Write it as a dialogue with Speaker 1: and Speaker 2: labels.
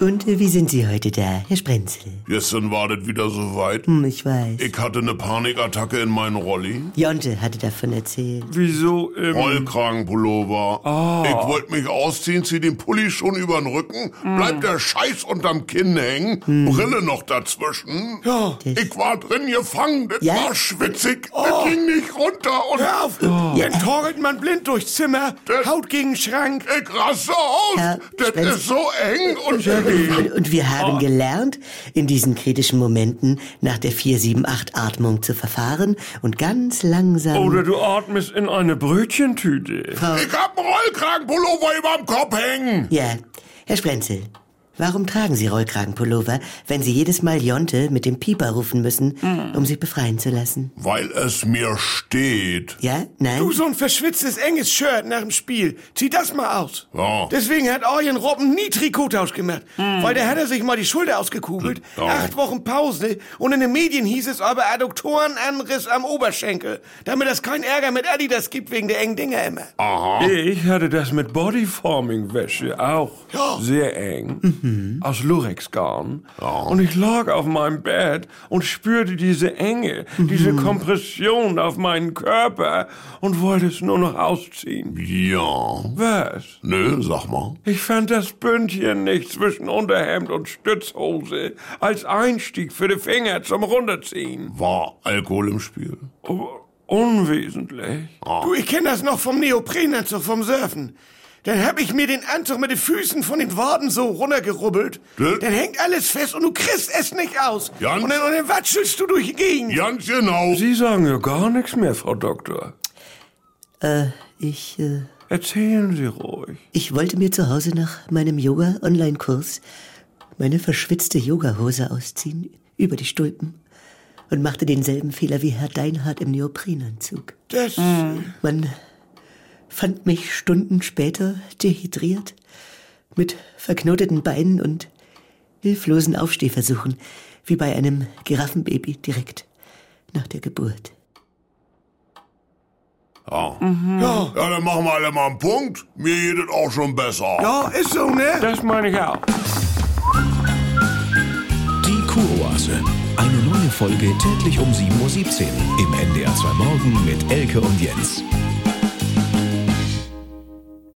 Speaker 1: Und äh, wie sind Sie heute da, Herr Sprenzel?
Speaker 2: Gestern war das wieder soweit.
Speaker 1: Hm, ich weiß.
Speaker 2: Ich hatte eine Panikattacke in meinen Rolli.
Speaker 1: Jonte hatte davon erzählt.
Speaker 3: Wieso? Ähm,
Speaker 2: Rollkragenpullover.
Speaker 3: Ah.
Speaker 2: Ich wollte mich ausziehen, zieh den Pulli schon über den Rücken,
Speaker 3: Mm.
Speaker 2: bleibt der Scheiß unterm Kinn hängen, Brille noch dazwischen.
Speaker 3: Ja. Oh.
Speaker 2: Ich war drin gefangen, das
Speaker 1: Ja?
Speaker 2: war schwitzig, das ging nicht runter und
Speaker 3: Hör auf! Dann torkelt man blind durchs Zimmer,
Speaker 2: Das-
Speaker 3: haut gegen den Schrank.
Speaker 2: ich raste aus.
Speaker 1: Ja,
Speaker 2: das
Speaker 1: Spenz-
Speaker 2: ist so eng und
Speaker 1: Und, und wir
Speaker 3: Ah.
Speaker 1: haben gelernt, in diesen kritischen Momenten nach der 478-Atmung zu verfahren und ganz langsam...
Speaker 3: Oder du atmest in eine Brötchentüte.
Speaker 2: ich hab einen Rollkragenpullover überm Kopf hängen.
Speaker 1: Ja, Herr Sprenzel, warum tragen Sie Rollkragenpullover, wenn Sie jedes Mal Jonte mit dem Pieper rufen müssen,
Speaker 3: Hm.
Speaker 1: um sich befreien zu lassen?
Speaker 2: Weil es mir steht.
Speaker 1: Ja? Nein?
Speaker 3: Du, so ein verschwitztes, enges Shirt nach dem Spiel. Zieh das mal aus.
Speaker 2: Ja. Hm.
Speaker 3: Deswegen hat Arjen Robben nie Trikottausch gemacht. Weil da hat er sich mal die Schulter ausgekugelt.
Speaker 2: Ja.
Speaker 3: Acht Wochen Pause. Und in den Medien hieß es aber Adduktorenanriss am Oberschenkel. Damit es keinen Ärger mit Adidas gibt wegen der engen Dinger immer.
Speaker 2: Ah.
Speaker 4: Ich hatte das mit Bodyforming-Wäsche auch sehr eng aus Lurex-Garn. Und ich lag auf meinem Bett und spürte diese Enge, diese Kompression auf meinen Körper und wollte es nur noch ausziehen.
Speaker 2: Ja.
Speaker 4: Was?
Speaker 2: Nö, sag mal.
Speaker 4: Ich fand das Bündchen nicht zwischen Unterhemd und Stützhose als Einstieg für die Finger zum Runterziehen.
Speaker 2: War Alkohol im Spiel?
Speaker 4: Oh, Unwesentlich.
Speaker 3: Du, ich kenne das noch vom Neoprenanzug, vom Surfen. Dann hab ich mir den Anzug mit den Füßen von den Waden so runtergerubbelt.
Speaker 2: Hä?
Speaker 3: Dann hängt alles fest und du kriegst es nicht aus.
Speaker 2: Jans?
Speaker 3: Und dann, und dann watschelst du durch die Gegend.
Speaker 2: Ganz genau.
Speaker 4: Sie sagen ja gar nichts mehr, Frau Doktor.
Speaker 1: Ich, äh,
Speaker 4: Erzählen Sie ruhig.
Speaker 1: ich wollte mir zu Hause nach meinem Yoga-Online-Kurs meine verschwitzte Yogahose ausziehen über die Stulpen und machte denselben Fehler wie Herr Deinhardt im Neoprenanzug.
Speaker 3: Das,
Speaker 4: Hm.
Speaker 1: Man fand mich Stunden später dehydriert, mit verknoteten Beinen und hilflosen Aufstehversuchen, wie bei einem Giraffenbaby direkt nach der Geburt.
Speaker 2: Ja. ja. Ja, dann machen wir alle mal einen Punkt. Mir geht es auch schon besser.
Speaker 3: ja, ist so, ne?
Speaker 4: Das meine ich auch.
Speaker 5: Die Kuroase. Eine neue Folge täglich um 7.17 Uhr im NDR 2 Morgen mit Elke und Jens.